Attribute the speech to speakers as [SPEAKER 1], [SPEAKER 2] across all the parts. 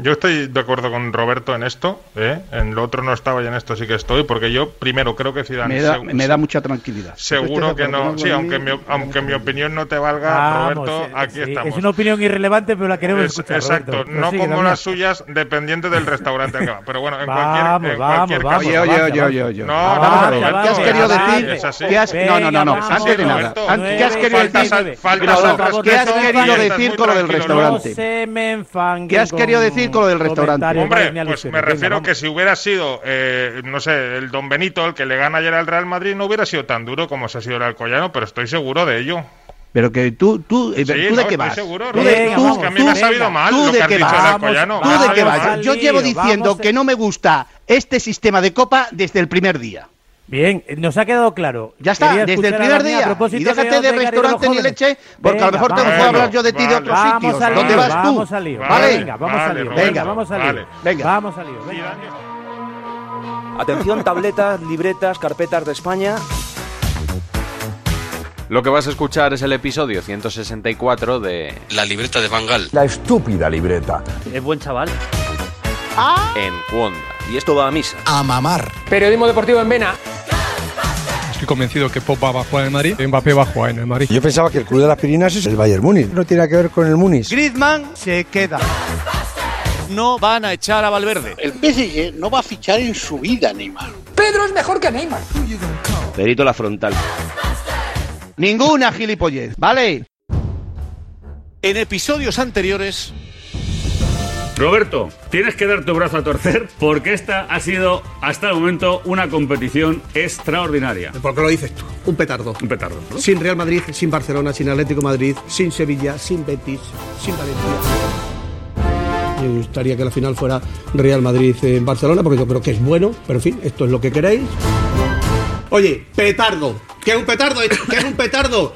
[SPEAKER 1] Yo estoy de acuerdo con Roberto en esto, ¿eh? en lo otro no estaba y en esto sí que estoy, porque yo primero creo que Zidane
[SPEAKER 2] Me da,
[SPEAKER 1] seg-
[SPEAKER 2] me da mucha tranquilidad. Estoy
[SPEAKER 1] seguro
[SPEAKER 2] de
[SPEAKER 1] que
[SPEAKER 2] acuerdo
[SPEAKER 1] no,
[SPEAKER 2] con
[SPEAKER 1] sí,
[SPEAKER 2] Algo
[SPEAKER 1] aunque
[SPEAKER 2] Lili,
[SPEAKER 1] mi,
[SPEAKER 2] me da
[SPEAKER 1] aunque
[SPEAKER 2] mucha
[SPEAKER 1] mi opinión no te valga,
[SPEAKER 3] Vamos,
[SPEAKER 1] Roberto,
[SPEAKER 3] eh,
[SPEAKER 1] aquí
[SPEAKER 3] sí,
[SPEAKER 1] estamos.
[SPEAKER 3] Es una opinión irrelevante, pero la queremos
[SPEAKER 1] Es-
[SPEAKER 3] escuchar.
[SPEAKER 1] exacto,
[SPEAKER 3] Roberto.
[SPEAKER 1] no
[SPEAKER 3] Prosigue,
[SPEAKER 1] como
[SPEAKER 3] Damián.
[SPEAKER 1] las suyas, dependiente del restaurante al que va. Pero bueno, en
[SPEAKER 3] Vamos,
[SPEAKER 1] cualquier, en cualquier
[SPEAKER 3] vamos,
[SPEAKER 1] caso.
[SPEAKER 2] Oye, oye, oye, oye, oye.
[SPEAKER 1] No,
[SPEAKER 2] Vamos
[SPEAKER 3] no,
[SPEAKER 2] a
[SPEAKER 3] vamos,
[SPEAKER 2] ver, ¿Qué has
[SPEAKER 3] vamos,
[SPEAKER 2] querido
[SPEAKER 3] vamos,
[SPEAKER 2] decir?
[SPEAKER 1] es así.
[SPEAKER 2] ¿Qué has- No, no, no, no.
[SPEAKER 3] Venga,
[SPEAKER 2] Antes de
[SPEAKER 1] vamos,
[SPEAKER 2] nada.
[SPEAKER 1] Roberto.
[SPEAKER 2] antes- ¿Qué has querido
[SPEAKER 1] Faltas
[SPEAKER 2] decir?
[SPEAKER 1] al- faltas
[SPEAKER 2] Pero,
[SPEAKER 1] al
[SPEAKER 2] Roberto, ¿Qué has
[SPEAKER 1] respeto
[SPEAKER 2] querido
[SPEAKER 1] y estás
[SPEAKER 2] decir
[SPEAKER 1] muy
[SPEAKER 2] con lo del
[SPEAKER 1] tranquilo.
[SPEAKER 2] restaurante?
[SPEAKER 3] No se me enfanguen
[SPEAKER 2] ¿Qué has
[SPEAKER 3] con
[SPEAKER 2] querido decir con lo del restaurante?
[SPEAKER 3] comentarios, más
[SPEAKER 1] Hombre,
[SPEAKER 3] ni
[SPEAKER 1] pues me
[SPEAKER 3] alusiones. Venga,
[SPEAKER 1] refiero
[SPEAKER 3] vamos.
[SPEAKER 1] que si hubiera sido, eh, no sé, el Don Benito, el que le gana ayer al Real Madrid, no hubiera sido tan duro como se ha sido el Alcoyano, pero estoy seguro de ello.
[SPEAKER 2] Pero que tú, tú, eh, ¿tú
[SPEAKER 1] Sí, no,
[SPEAKER 2] de qué
[SPEAKER 1] estoy
[SPEAKER 2] vas?
[SPEAKER 1] seguro,
[SPEAKER 2] tú
[SPEAKER 1] Roberto.
[SPEAKER 2] de,
[SPEAKER 3] Venga,
[SPEAKER 2] tú-
[SPEAKER 3] vamos,
[SPEAKER 1] es que a mí me ha
[SPEAKER 2] tú-
[SPEAKER 1] sabido mal
[SPEAKER 2] tú
[SPEAKER 1] lo
[SPEAKER 2] de
[SPEAKER 1] que has
[SPEAKER 2] qué
[SPEAKER 1] dicho
[SPEAKER 2] vas?
[SPEAKER 1] del Alcoyano.
[SPEAKER 2] ¿Tú de qué
[SPEAKER 1] Vamos
[SPEAKER 2] vas?
[SPEAKER 1] al
[SPEAKER 2] Yo
[SPEAKER 3] lío,
[SPEAKER 2] llevo
[SPEAKER 3] vamos
[SPEAKER 2] diciendo
[SPEAKER 3] al-
[SPEAKER 2] que no me gusta este sistema de copa desde el primer día.
[SPEAKER 3] Bien, eh, nos ha quedado claro.
[SPEAKER 2] Ya está,
[SPEAKER 3] Quería
[SPEAKER 2] desde el
[SPEAKER 3] escuchar a
[SPEAKER 2] primer
[SPEAKER 3] Damián a
[SPEAKER 2] día.
[SPEAKER 3] propósito
[SPEAKER 2] Y déjate
[SPEAKER 3] los
[SPEAKER 2] de
[SPEAKER 3] becarios
[SPEAKER 2] restaurante
[SPEAKER 3] los
[SPEAKER 2] ni
[SPEAKER 3] jóvenes.
[SPEAKER 2] leche, porque a lo
[SPEAKER 3] Venga,
[SPEAKER 2] mejor te
[SPEAKER 3] vamos
[SPEAKER 2] puedo
[SPEAKER 3] al
[SPEAKER 2] hablar
[SPEAKER 3] lío.
[SPEAKER 2] yo de ti de
[SPEAKER 1] Vale.
[SPEAKER 2] otros
[SPEAKER 3] Vamos
[SPEAKER 2] sitios.
[SPEAKER 3] al lío,
[SPEAKER 2] ¿Dónde vas tú?
[SPEAKER 3] Vamos al lío,
[SPEAKER 1] Vale.
[SPEAKER 3] Venga, vamos al
[SPEAKER 1] Vale,
[SPEAKER 3] lío.
[SPEAKER 1] Roberto,
[SPEAKER 3] Venga, vamos al lío.
[SPEAKER 1] vale.
[SPEAKER 2] Venga.
[SPEAKER 3] Vamos al lío. Venga, venga.
[SPEAKER 4] Atención, tabletas, libretas, carpetas de España.
[SPEAKER 5] Lo que vas a escuchar es el episodio 164 de
[SPEAKER 6] La libreta de Bangal.
[SPEAKER 7] La estúpida libreta.
[SPEAKER 4] Es buen chaval.
[SPEAKER 5] En Cuonda.
[SPEAKER 4] Y esto va a misa.
[SPEAKER 7] A mamar.
[SPEAKER 8] Periodismo deportivo en Vena.
[SPEAKER 9] Estoy convencido que Pop va a jugar en el Madrid, Mbappé va a jugar en el Madrid.
[SPEAKER 7] Yo pensaba que el club de las Pirinas es el Bayern Múnich. No tiene nada que ver con el Múnich.
[SPEAKER 4] Griezmann se queda. No van a echar a Valverde.
[SPEAKER 6] El PSG no va a fichar en su vida, Neymar.
[SPEAKER 8] Pedro es mejor que Neymar.
[SPEAKER 4] Perito la frontal.
[SPEAKER 2] Ninguna gilipollez, ¿vale?
[SPEAKER 4] En episodios anteriores.
[SPEAKER 9] Roberto, tienes que dar tu brazo a torcer porque esta ha sido hasta el momento una competición extraordinaria.
[SPEAKER 6] ¿Por qué lo dices tú? Un petardo.
[SPEAKER 9] Un petardo. ¿no?
[SPEAKER 6] Sin Real Madrid, sin Barcelona, sin Atlético Madrid, sin Sevilla, sin Betis, sin Valencia. Me gustaría que la final fuera Real Madrid en Barcelona, porque yo creo que es bueno, pero en fin, esto es lo que queréis. Oye, petardo. ¿Qué es un petardo? ¿Qué es un petardo?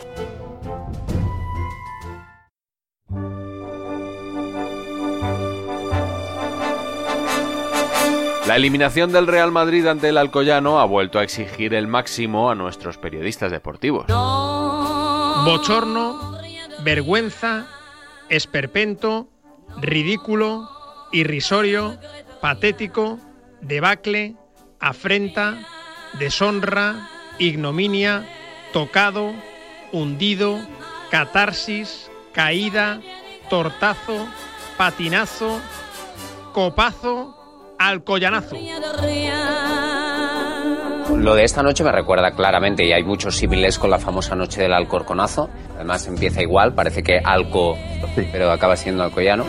[SPEAKER 5] La eliminación del Real Madrid ante el Alcoyano ha vuelto a exigir el máximo a nuestros periodistas deportivos.
[SPEAKER 6] Bochorno, vergüenza, esperpento, ridículo, irrisorio, patético, debacle, afrenta, deshonra, ignominia, tocado, hundido, catarsis, caída, tortazo, patinazo, copazo, alcoyanazo.
[SPEAKER 4] Lo de esta noche me recuerda claramente y hay muchos símiles con la famosa noche del Alcorconazo. Además empieza igual, parece que Alco, pero acaba siendo Alcoyano.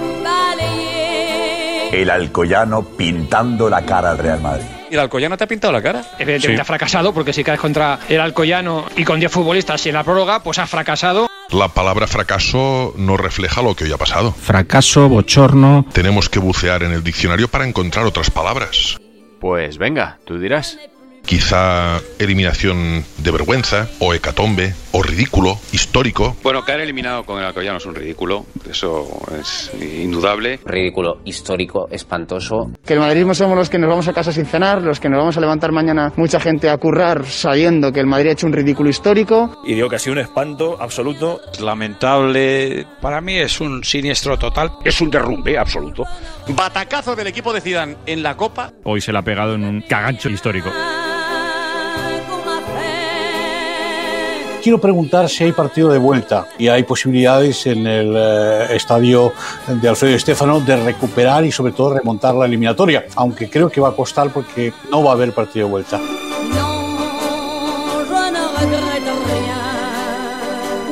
[SPEAKER 7] El Alcoyano pintando la cara al Real Madrid.
[SPEAKER 6] ¿Y el Alcoyano te ha pintado la cara? Evidentemente ha fracasado, porque si caes contra el Alcoyano y con 10 futbolistas y en la prórroga, pues ha fracasado.
[SPEAKER 9] La palabra fracaso no refleja lo que hoy ha pasado.
[SPEAKER 2] Fracaso, bochorno.
[SPEAKER 9] Tenemos que bucear en el diccionario para encontrar otras palabras.
[SPEAKER 5] Pues venga, tú dirás.
[SPEAKER 9] Quizá eliminación de vergüenza, o hecatombe, o ridículo, histórico.
[SPEAKER 6] Bueno, caer eliminado con el Alcoyano es un ridículo, eso es indudable.
[SPEAKER 4] Ridículo, histórico, espantoso.
[SPEAKER 6] Que el madridismo somos los que nos vamos a casa sin cenar, los que nos vamos a levantar mañana mucha gente a currar sabiendo que el Madrid ha hecho un ridículo histórico.
[SPEAKER 4] Y digo que ha sido un espanto absoluto.
[SPEAKER 6] Lamentable. Para mí es un siniestro total. Es un derrumbe absoluto.
[SPEAKER 4] Batacazo del equipo de Zidane en la Copa.
[SPEAKER 9] Hoy se la ha pegado en un cagancho histórico.
[SPEAKER 10] Quiero preguntar si hay partido de vuelta y hay posibilidades en el eh, estadio de Alfredo Estefano de recuperar y sobre todo remontar la eliminatoria, aunque creo que va a costar porque no va a haber partido de vuelta.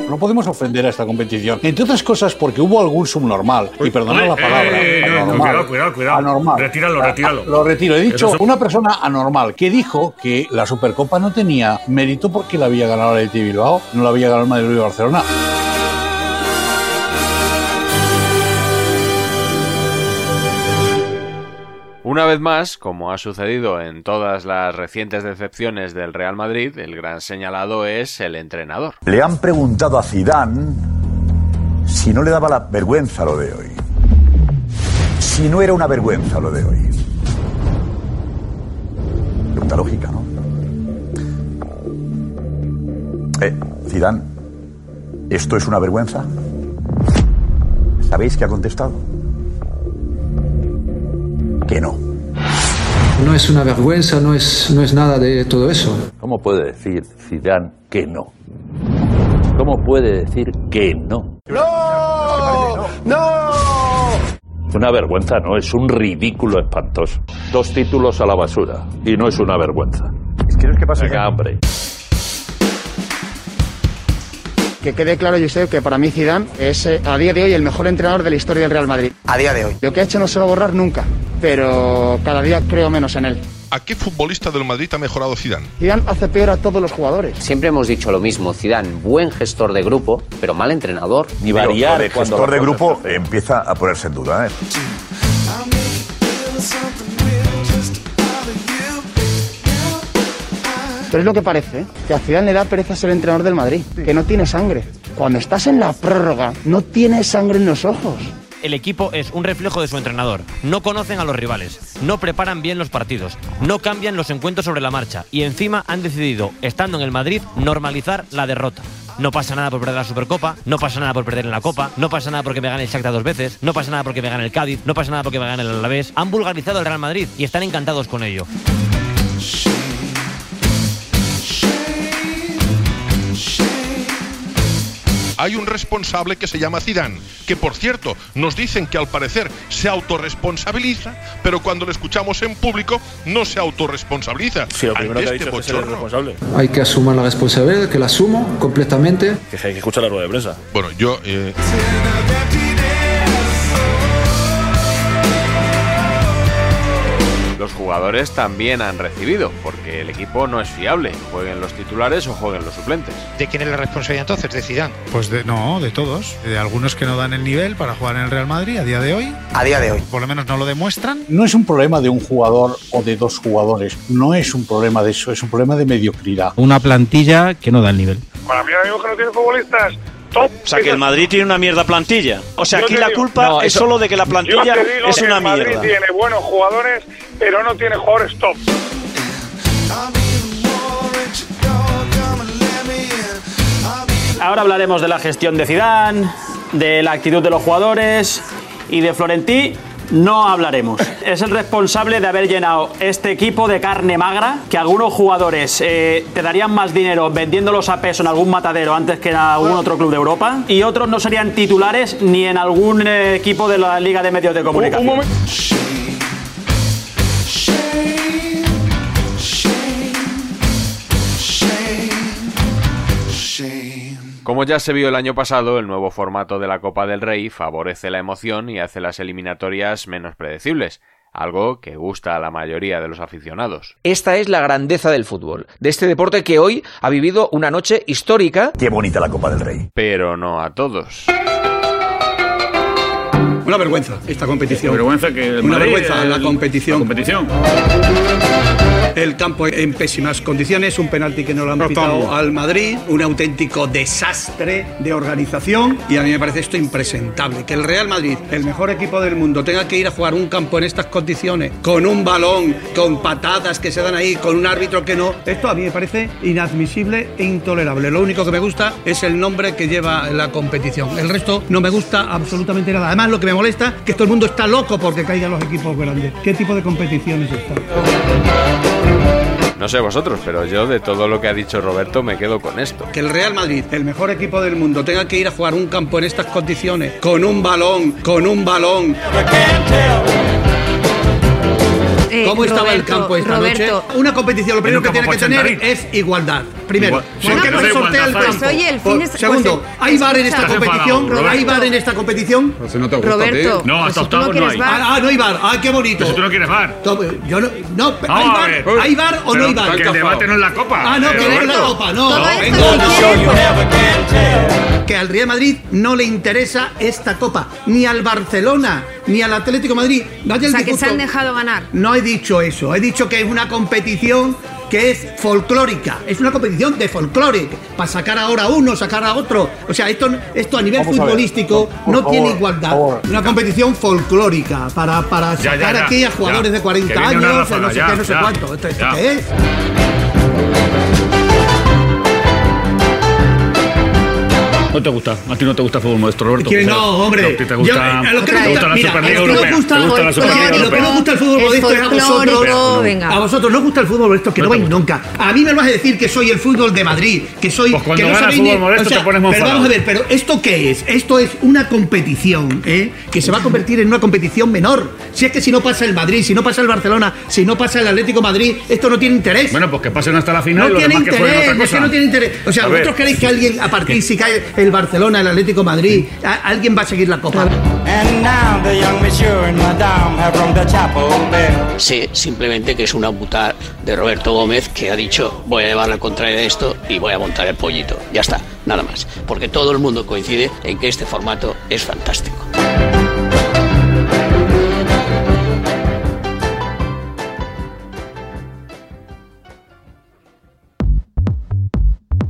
[SPEAKER 10] No podemos ofender a esta competición, entre otras cosas porque hubo algún subnormal, y perdonad la
[SPEAKER 6] Hombre,
[SPEAKER 10] palabra,
[SPEAKER 6] eh, eh, eh,
[SPEAKER 10] anormal.
[SPEAKER 6] cuidado, cuidado, cuidado.
[SPEAKER 4] Ah,
[SPEAKER 10] Anormal.
[SPEAKER 6] Retíralo, retíralo.
[SPEAKER 10] Ah, Lo retiro. He dicho
[SPEAKER 6] Esos son-
[SPEAKER 10] una persona anormal que dijo que la Supercopa no tenía mérito porque la había ganado el Athletic Bilbao, no la había ganado el Madrid o Barcelona.
[SPEAKER 5] Una vez más, como ha sucedido en todas las recientes decepciones del Real Madrid, el gran señalado es el entrenador.
[SPEAKER 7] Le han preguntado a Zidane si no le daba la vergüenza lo de hoy. Si no era una vergüenza lo de hoy. Pregunta lógica, ¿no? Eh, Zidane, ¿esto es una vergüenza? ¿Sabéis qué ha contestado? Que no.
[SPEAKER 11] No es una vergüenza, no es, no es nada de todo eso.
[SPEAKER 12] ¿Cómo puede decir Zidane que no? ¿Cómo puede decir que no?
[SPEAKER 13] ¡No! ¡No!
[SPEAKER 12] Una vergüenza no, es un ridículo espantoso. Dos títulos a la basura y no es una vergüenza. ¿Quieres que pase? Venga, hombre.
[SPEAKER 14] Que quede claro, Josep, que para mí Zidane es eh, a día de hoy el mejor entrenador de la historia del Real Madrid. A día de hoy. Lo que ha hecho no se va a borrar nunca, pero cada día creo menos en él.
[SPEAKER 9] ¿A qué futbolista del Madrid ha mejorado Zidane?
[SPEAKER 14] Zidane hace peor a todos los jugadores.
[SPEAKER 4] Siempre hemos dicho lo mismo, Zidane, buen gestor de grupo, pero mal entrenador.
[SPEAKER 7] Ni variar. El gestor de grupo empieza a ponerse en duda, ¿eh?
[SPEAKER 14] Pero es lo que parece, ¿eh? que a Zidane le da pereza ser entrenador del Madrid, que no tiene sangre. Cuando estás en la prórroga, no tienes sangre en los ojos.
[SPEAKER 15] El equipo es un reflejo de su entrenador. No conocen a los rivales, no preparan bien los partidos, no cambian los encuentros sobre la marcha y encima han decidido, estando en el Madrid, normalizar la derrota. No pasa nada por perder la Supercopa, no pasa nada por perder en la Copa, no pasa nada porque me gane el Shakhtar dos veces, no pasa nada porque me gane el Cádiz, no pasa nada porque me gane el Alavés. Han vulgarizado el Real Madrid y están encantados con ello.
[SPEAKER 9] Hay un responsable que se llama Zidane, que por cierto nos dicen que al parecer se autorresponsabiliza, pero cuando lo escuchamos en público no se autorresponsabiliza.
[SPEAKER 11] Sí, lo primero
[SPEAKER 9] Ante
[SPEAKER 11] que ha
[SPEAKER 9] este
[SPEAKER 11] dicho es que es el
[SPEAKER 9] bochorno.
[SPEAKER 11] Hay que asumir la responsabilidad, que la asumo completamente.
[SPEAKER 9] Que hay que escuchar la rueda de prensa. Bueno, yo. eh,
[SPEAKER 5] Los jugadores también han recibido, porque el equipo no es fiable, jueguen los titulares o jueguen los suplentes.
[SPEAKER 16] ¿De quién es la responsabilidad entonces? ¿De Zidane?
[SPEAKER 17] Pues de, no, de todos. De algunos que no dan el nivel para jugar en el Real Madrid a día de hoy.
[SPEAKER 10] A día de hoy.
[SPEAKER 17] Por lo menos no lo demuestran.
[SPEAKER 10] No es un problema de un jugador o de dos jugadores, no es un problema de eso, es un problema de mediocridad.
[SPEAKER 18] Una plantilla que no da el nivel.
[SPEAKER 19] Para mí ahora mismo que no tiene futbolistas top.
[SPEAKER 3] O sea, que el Madrid tiene una mierda plantilla. O sea,
[SPEAKER 19] Yo
[SPEAKER 3] aquí
[SPEAKER 19] te
[SPEAKER 3] la
[SPEAKER 19] digo-
[SPEAKER 3] culpa
[SPEAKER 19] No,
[SPEAKER 3] es
[SPEAKER 19] eso-
[SPEAKER 3] solo de que la plantilla
[SPEAKER 19] Yo te digo
[SPEAKER 3] es
[SPEAKER 19] que
[SPEAKER 3] una
[SPEAKER 19] el Madrid
[SPEAKER 3] mierda.
[SPEAKER 19] tiene buenos jugadores, pero no tiene jugadores top.
[SPEAKER 3] Ahora hablaremos de la gestión de Zidane, de la actitud de los jugadores y de Florentí. No hablaremos. Es el responsable de haber llenado este equipo de carne magra, que algunos jugadores eh, te darían más dinero vendiéndolos a peso en algún matadero antes que en algún otro club de Europa, y otros no serían titulares ni en algún eh, equipo de la Liga de Medios de Comunicación.
[SPEAKER 5] Como ya se vio el año pasado, el nuevo formato de la Copa del Rey favorece la emoción y hace las eliminatorias menos predecibles, algo que gusta a la mayoría de los aficionados.
[SPEAKER 20] Esta es la grandeza del fútbol, de este deporte que hoy ha vivido una noche histórica.
[SPEAKER 7] Qué bonita la Copa del Rey.
[SPEAKER 5] Pero no a todos.
[SPEAKER 2] Una vergüenza esta competición.
[SPEAKER 6] Vergüenza que el
[SPEAKER 2] Una
[SPEAKER 6] Madrid,
[SPEAKER 2] vergüenza
[SPEAKER 6] el-
[SPEAKER 2] la competición.
[SPEAKER 6] competición.
[SPEAKER 2] El campo en pésimas condiciones, un penalti que no lo han
[SPEAKER 6] Rotundo.
[SPEAKER 2] pitado al Madrid, un auténtico desastre de organización y a mí me parece esto impresentable. Que el Real Madrid, el mejor equipo del mundo, tenga que ir a jugar un campo en estas condiciones, con un balón, con patadas que se dan ahí, con un árbitro que no. Esto a mí me parece inadmisible e intolerable. Lo único que me gusta es el nombre que lleva la competición. El resto no me gusta absolutamente nada. Además, lo que me molesta es que todo el mundo está loco porque caigan los equipos grandes. ¿Qué tipo de competición es esta?
[SPEAKER 5] No sé vosotros, pero yo de todo lo que ha dicho Roberto me quedo con esto.
[SPEAKER 2] Que el Real Madrid, el mejor equipo del mundo, tenga que ir a jugar un campo en estas condiciones, con un balón, con un balón.
[SPEAKER 8] Eh,
[SPEAKER 2] ¿Cómo estaba el
[SPEAKER 8] Roberto,
[SPEAKER 2] campo esta
[SPEAKER 8] Roberto.
[SPEAKER 2] noche? Una competición, lo primero
[SPEAKER 8] En
[SPEAKER 2] que
[SPEAKER 8] un
[SPEAKER 2] tiene que
[SPEAKER 8] campo
[SPEAKER 2] tener
[SPEAKER 8] ochenta
[SPEAKER 2] es igualdad. Primero,
[SPEAKER 8] Igual- sí,
[SPEAKER 2] ¿por qué no
[SPEAKER 8] que no
[SPEAKER 2] se
[SPEAKER 8] haya
[SPEAKER 2] sortea el
[SPEAKER 8] igualdad,
[SPEAKER 2] campo?
[SPEAKER 8] Pues oye, el
[SPEAKER 2] Por-
[SPEAKER 8] fin es-
[SPEAKER 2] segundo,
[SPEAKER 8] pues,
[SPEAKER 2] ¿hay bar en
[SPEAKER 8] escucha.
[SPEAKER 2] esta
[SPEAKER 8] Estás
[SPEAKER 2] competición?
[SPEAKER 8] enfadado,
[SPEAKER 2] ¿Hay
[SPEAKER 8] Roberto.
[SPEAKER 2] bar en esta competición?
[SPEAKER 21] Pues no te gusta,
[SPEAKER 8] Roberto,
[SPEAKER 21] tío. No, hasta
[SPEAKER 2] pero si tú
[SPEAKER 21] octavos no
[SPEAKER 8] quieres
[SPEAKER 21] hay.
[SPEAKER 8] bar.
[SPEAKER 2] Ah, ah, no hay bar. Ah, qué bonito.
[SPEAKER 21] Pero si tú no quieres bar.
[SPEAKER 2] No, yo no, no pero
[SPEAKER 21] Vamos a
[SPEAKER 2] ¿hay,
[SPEAKER 21] ver.
[SPEAKER 2] bar, ¿hay bar o
[SPEAKER 21] Pero
[SPEAKER 2] no hay bar?
[SPEAKER 21] que el debate no es la copa,
[SPEAKER 2] Ah, no,
[SPEAKER 21] eh,
[SPEAKER 2] que no es la
[SPEAKER 21] Roberto.
[SPEAKER 2] copa, no.
[SPEAKER 21] Todo
[SPEAKER 2] no,
[SPEAKER 21] esto
[SPEAKER 2] venga.
[SPEAKER 21] lo quieres, pues-
[SPEAKER 2] Que al Real Madrid no le interesa esta copa, ni al Barcelona, ni al Atlético de Madrid. Vaya
[SPEAKER 8] O
[SPEAKER 2] el
[SPEAKER 8] sea, que se
[SPEAKER 2] disgusto.
[SPEAKER 8] han dejado ganar.
[SPEAKER 2] No he dicho eso, he dicho que es una competición que es folclórica, es una competición de folclore, para sacar ahora a uno, sacar a otro. O sea, esto, esto a nivel
[SPEAKER 10] Vamos a ver.
[SPEAKER 2] futbolístico
[SPEAKER 10] Por
[SPEAKER 2] no
[SPEAKER 10] favor,
[SPEAKER 2] tiene igualdad.
[SPEAKER 10] por favor.
[SPEAKER 2] Una competición folclórica para, para
[SPEAKER 10] Ya, ya,
[SPEAKER 2] sacar
[SPEAKER 10] ya,
[SPEAKER 2] aquí a
[SPEAKER 10] ya.
[SPEAKER 2] jugadores de 40
[SPEAKER 10] Que viene
[SPEAKER 2] años,
[SPEAKER 10] una
[SPEAKER 2] a no
[SPEAKER 10] ráfaga,
[SPEAKER 2] sé
[SPEAKER 10] ya,
[SPEAKER 2] qué, no sé
[SPEAKER 10] ya,
[SPEAKER 2] cuánto. ¿Esto, esto
[SPEAKER 10] ya.
[SPEAKER 2] qué es?
[SPEAKER 6] No te gusta, a ti no te gusta el fútbol nuestro, Roberto.
[SPEAKER 2] ¿Quién no, hombre?
[SPEAKER 6] No, a ti te
[SPEAKER 2] Yo, eh,
[SPEAKER 6] gusta,
[SPEAKER 2] a lo
[SPEAKER 6] te
[SPEAKER 2] que no
[SPEAKER 6] gusta
[SPEAKER 2] gusta-
[SPEAKER 6] la
[SPEAKER 2] mira,
[SPEAKER 6] Superliga
[SPEAKER 2] a lo que no
[SPEAKER 6] Europea,
[SPEAKER 2] gusta
[SPEAKER 6] te gusta la
[SPEAKER 2] el
[SPEAKER 6] Superliga
[SPEAKER 2] folclore,
[SPEAKER 6] Europea.
[SPEAKER 2] lo que no gusta el fútbol
[SPEAKER 8] Es
[SPEAKER 2] modesto es a
[SPEAKER 8] folclórico,
[SPEAKER 2] vosotros.
[SPEAKER 8] venga.
[SPEAKER 2] A vosotros no os gusta el fútbol modesto, que no, vais nunca. A mí me vas a decir que soy el fútbol de Madrid, que soy.
[SPEAKER 6] Pues cuando
[SPEAKER 2] que no
[SPEAKER 6] gana
[SPEAKER 2] sabéis
[SPEAKER 6] fútbol
[SPEAKER 2] ni-
[SPEAKER 6] modesto te pones muy
[SPEAKER 2] Pero vamos a
[SPEAKER 6] enfadado.
[SPEAKER 2] ver, pero ¿esto qué es? Esto es una competición, ¿eh? Que se va a convertir en una competición menor. Si es que si no pasa el Madrid, si no pasa el Barcelona, si no pasa el Atlético Madrid, esto no tiene interés.
[SPEAKER 6] Bueno, pues que pasen hasta la final y
[SPEAKER 2] no
[SPEAKER 6] los
[SPEAKER 2] tiene
[SPEAKER 6] demás que jueguen
[SPEAKER 2] interés,
[SPEAKER 6] otra
[SPEAKER 2] es que
[SPEAKER 6] cosa.
[SPEAKER 2] no tiene interés. O sea,
[SPEAKER 6] A ver.
[SPEAKER 2] ¿vosotros creéis que alguien, a partir si cae el Barcelona, el Atlético de Madrid, a- alguien va a seguir la copa?
[SPEAKER 22] Sé simplemente que es una putada de Roberto Gómez que ha dicho voy a llevar la contraria de esto y voy a montar el pollito. Ya está, nada más. Porque todo el mundo coincide en que este formato es fantástico.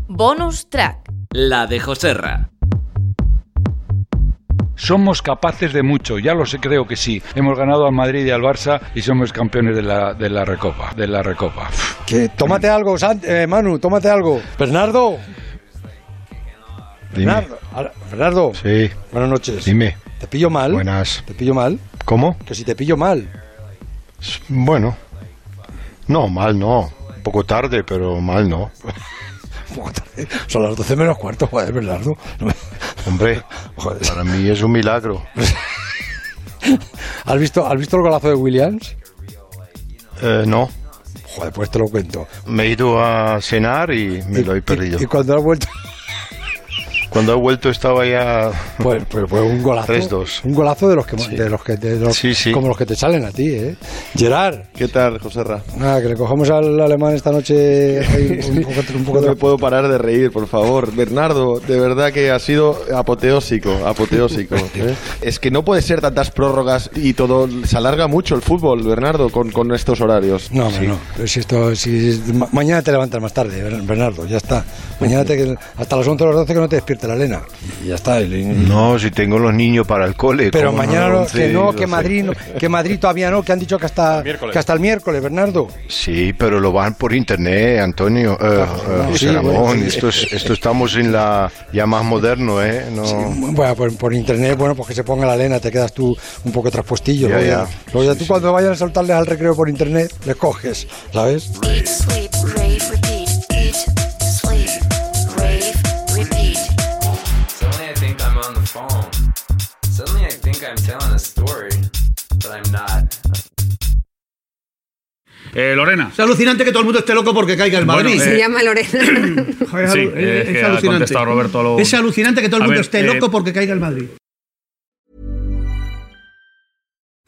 [SPEAKER 1] Bonus track.
[SPEAKER 23] La de Joserra.
[SPEAKER 24] Somos capaces de mucho, ya lo sé, creo que sí. Hemos ganado al Madrid y al Barça y somos campeones de la, de la Recopa. De la Recopa.
[SPEAKER 25] Que tómate algo, Sant- eh, Manu, tómate algo. Bernardo.
[SPEAKER 24] Dime.
[SPEAKER 25] Bernardo. ahora- Bernardo.
[SPEAKER 24] Sí.
[SPEAKER 25] Buenas noches.
[SPEAKER 24] Dime.
[SPEAKER 25] ¿Te pillo mal?
[SPEAKER 24] Buenas.
[SPEAKER 25] ¿Te pillo mal?
[SPEAKER 24] ¿Cómo?
[SPEAKER 25] Que si te pillo mal.
[SPEAKER 24] Bueno. No, mal no. Un poco tarde, pero mal no.
[SPEAKER 25] Son las 12 menos cuarto, joder, Bernardo.
[SPEAKER 24] Hombre, para mí es un milagro.
[SPEAKER 25] ¿Has visto, ¿Has visto el golazo de Williams?
[SPEAKER 24] Eh, no.
[SPEAKER 25] Joder, pues te lo cuento.
[SPEAKER 24] Me he ido a cenar y me lo he perdido.
[SPEAKER 25] Y cuando has vuelto.
[SPEAKER 24] Cuando he vuelto estaba ya...
[SPEAKER 25] Pues, pues, pues un golazo.
[SPEAKER 24] 3-2.
[SPEAKER 25] Un golazo de los que, de los que, de los-
[SPEAKER 24] Sí, sí.
[SPEAKER 25] como los que te salen a ti, ¿eh? Gerard.
[SPEAKER 26] ¿Qué tal, José Ra?
[SPEAKER 25] Nada, que le cojamos al alemán esta noche ahí un poco, un poco
[SPEAKER 26] No me
[SPEAKER 25] de...
[SPEAKER 26] puedo parar de reír, por favor. Bernardo, de verdad que ha sido apoteósico, apoteósico. ¿eh? Es que no puede ser tantas prórrogas y todo. Se alarga mucho el fútbol, Bernardo, con, con estos horarios.
[SPEAKER 25] No, hombre,
[SPEAKER 26] Sí.
[SPEAKER 25] no. Pero Si esto, si, ma- mañana te levantas más tarde, Ber- Bernardo, ya está. Mañana te, hasta las 11 o las 12 que no te despierte la arena. Y ya está.
[SPEAKER 24] No, si tengo los niños para el cole.
[SPEAKER 25] Pero
[SPEAKER 24] ¿cómo
[SPEAKER 25] mañana no, que
[SPEAKER 24] 11,
[SPEAKER 25] no, que
[SPEAKER 24] 12.
[SPEAKER 25] Madrid, no, que Madrid todavía no, que han dicho que hasta,
[SPEAKER 24] miércoles.
[SPEAKER 25] que hasta el miércoles, Bernardo.
[SPEAKER 24] Sí, pero lo van por internet, Antonio. eh, eh, José
[SPEAKER 25] sí,
[SPEAKER 24] Ramón,
[SPEAKER 25] bueno, sí.
[SPEAKER 24] esto, es- esto estamos en la ya más moderno, ¿eh? No,
[SPEAKER 25] Bueno, por, por internet, bueno, pues que se ponga la arena, te quedas tú un poco traspuestillo.
[SPEAKER 24] Ya,
[SPEAKER 25] luego ya,
[SPEAKER 24] ya.
[SPEAKER 25] luego ya tú cuando vayan a saltarles al recreo por internet, les coges, ¿sabes?
[SPEAKER 27] Eat, sleep, rave, repeat. Eat, sleep, rave, repeat.
[SPEAKER 28] Suddenly I think I'm on the phone. Suddenly I think I'm telling a story, but I'm not.
[SPEAKER 6] Eh, Lorena.
[SPEAKER 2] Es alucinante que todo el mundo esté loco porque caiga el
[SPEAKER 6] Bueno,
[SPEAKER 2] Madrid.
[SPEAKER 6] eh, Se
[SPEAKER 2] llama Lorena.
[SPEAKER 6] Sí, eh, que ha contestado Roberto a lo-
[SPEAKER 2] Es alucinante que todo el
[SPEAKER 6] A
[SPEAKER 2] mundo
[SPEAKER 6] ver,
[SPEAKER 2] esté
[SPEAKER 6] eh,
[SPEAKER 2] loco porque caiga el Madrid.